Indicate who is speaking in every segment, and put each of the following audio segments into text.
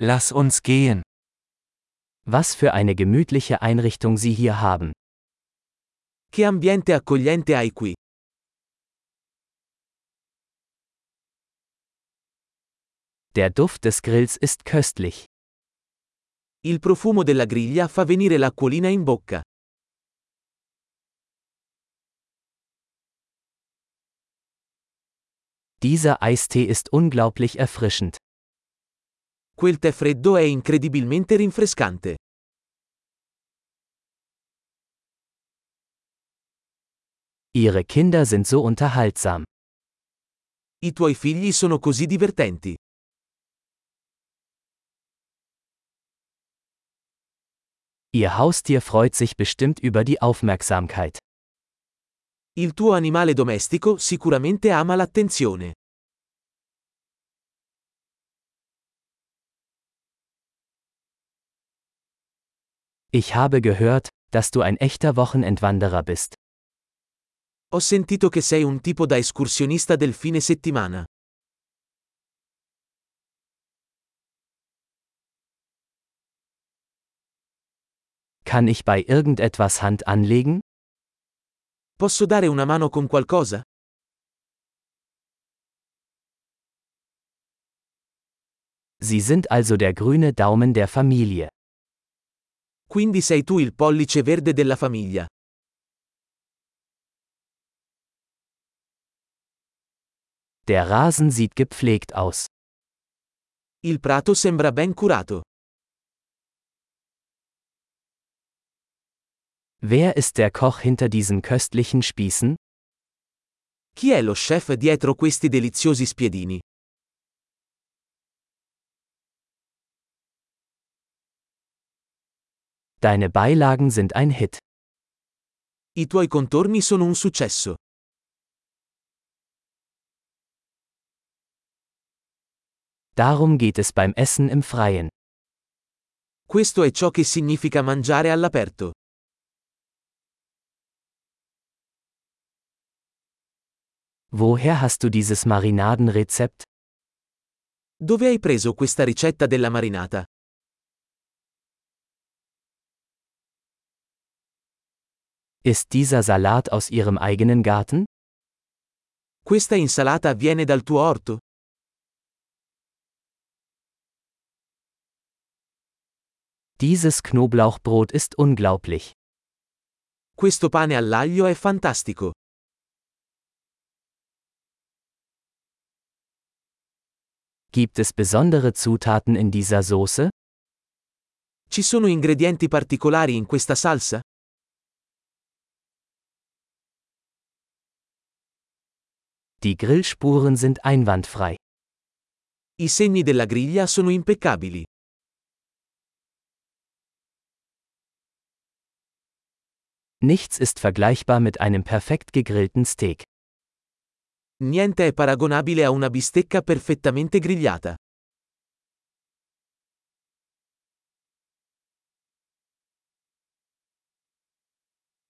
Speaker 1: Lass uns gehen.
Speaker 2: Was für eine gemütliche Einrichtung Sie hier haben.
Speaker 1: Che ambiente accogliente hai qui.
Speaker 2: Der Duft des Grills ist köstlich.
Speaker 1: Il profumo della griglia fa venire l'acquolina in bocca.
Speaker 2: Dieser Eistee ist unglaublich erfrischend.
Speaker 1: Quel tè freddo è incredibilmente rinfrescante.
Speaker 2: Ihre Kinder sind so unterhaltsam.
Speaker 1: I tuoi figli sono così divertenti.
Speaker 2: Ihr Haustier freut sich bestimmt über die Aufmerksamkeit.
Speaker 1: Il tuo animale domestico sicuramente ama l'attenzione.
Speaker 2: Ich habe gehört, dass du ein echter Wochenendwanderer bist.
Speaker 1: Ho sentito che sei un tipo da escursionista del fine settimana.
Speaker 2: Kann ich bei irgendetwas Hand anlegen?
Speaker 1: Posso dare una mano con qualcosa?
Speaker 2: Sie sind also der grüne Daumen der Familie.
Speaker 1: Quindi sei tu il pollice verde della famiglia.
Speaker 2: Der Rasen sieht gepflegt aus.
Speaker 1: Il prato sembra ben curato.
Speaker 2: Wer ist der Koch hinter diesen köstlichen Spießen?
Speaker 1: Chi è lo chef dietro questi deliziosi spiedini?
Speaker 2: Deine Beilagen sind ein Hit.
Speaker 1: I tuoi contorni sono un successo.
Speaker 2: Darum geht es beim Essen im Freien.
Speaker 1: Questo è ciò che significa mangiare all'aperto.
Speaker 2: Woher hast du dieses Marinadenrezept?
Speaker 1: Dove hai preso questa ricetta della marinata?
Speaker 2: Ist dieser Salat aus Ihrem eigenen Garten?
Speaker 1: Questa insalata viene dal tuo orto?
Speaker 2: Dieses Knoblauchbrot ist unglaublich.
Speaker 1: Questo pane all'aglio è fantastico.
Speaker 2: Gibt es besondere Zutaten in dieser Soße?
Speaker 1: Ci sono ingredienti particolari in questa salsa?
Speaker 2: Die Grillspuren sind einwandfrei.
Speaker 1: I segni della griglia sono impeccabili.
Speaker 2: Nichts ist vergleichbar mit einem perfekt gegrillten Steak.
Speaker 1: Niente è paragonabile a una bistecca perfettamente grigliata.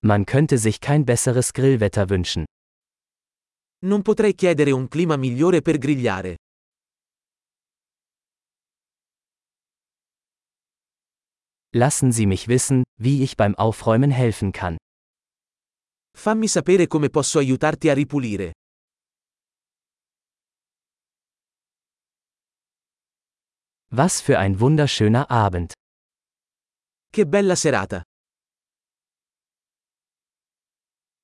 Speaker 2: Man könnte sich kein besseres Grillwetter wünschen.
Speaker 1: Non potrei chiedere un clima migliore per grigliare.
Speaker 2: Lassen Sie mich wissen, wie ich beim Aufräumen helfen kann.
Speaker 1: Fammi sapere come posso aiutarti a ripulire.
Speaker 2: Was für ein wunderschöner Abend.
Speaker 1: Che bella serata!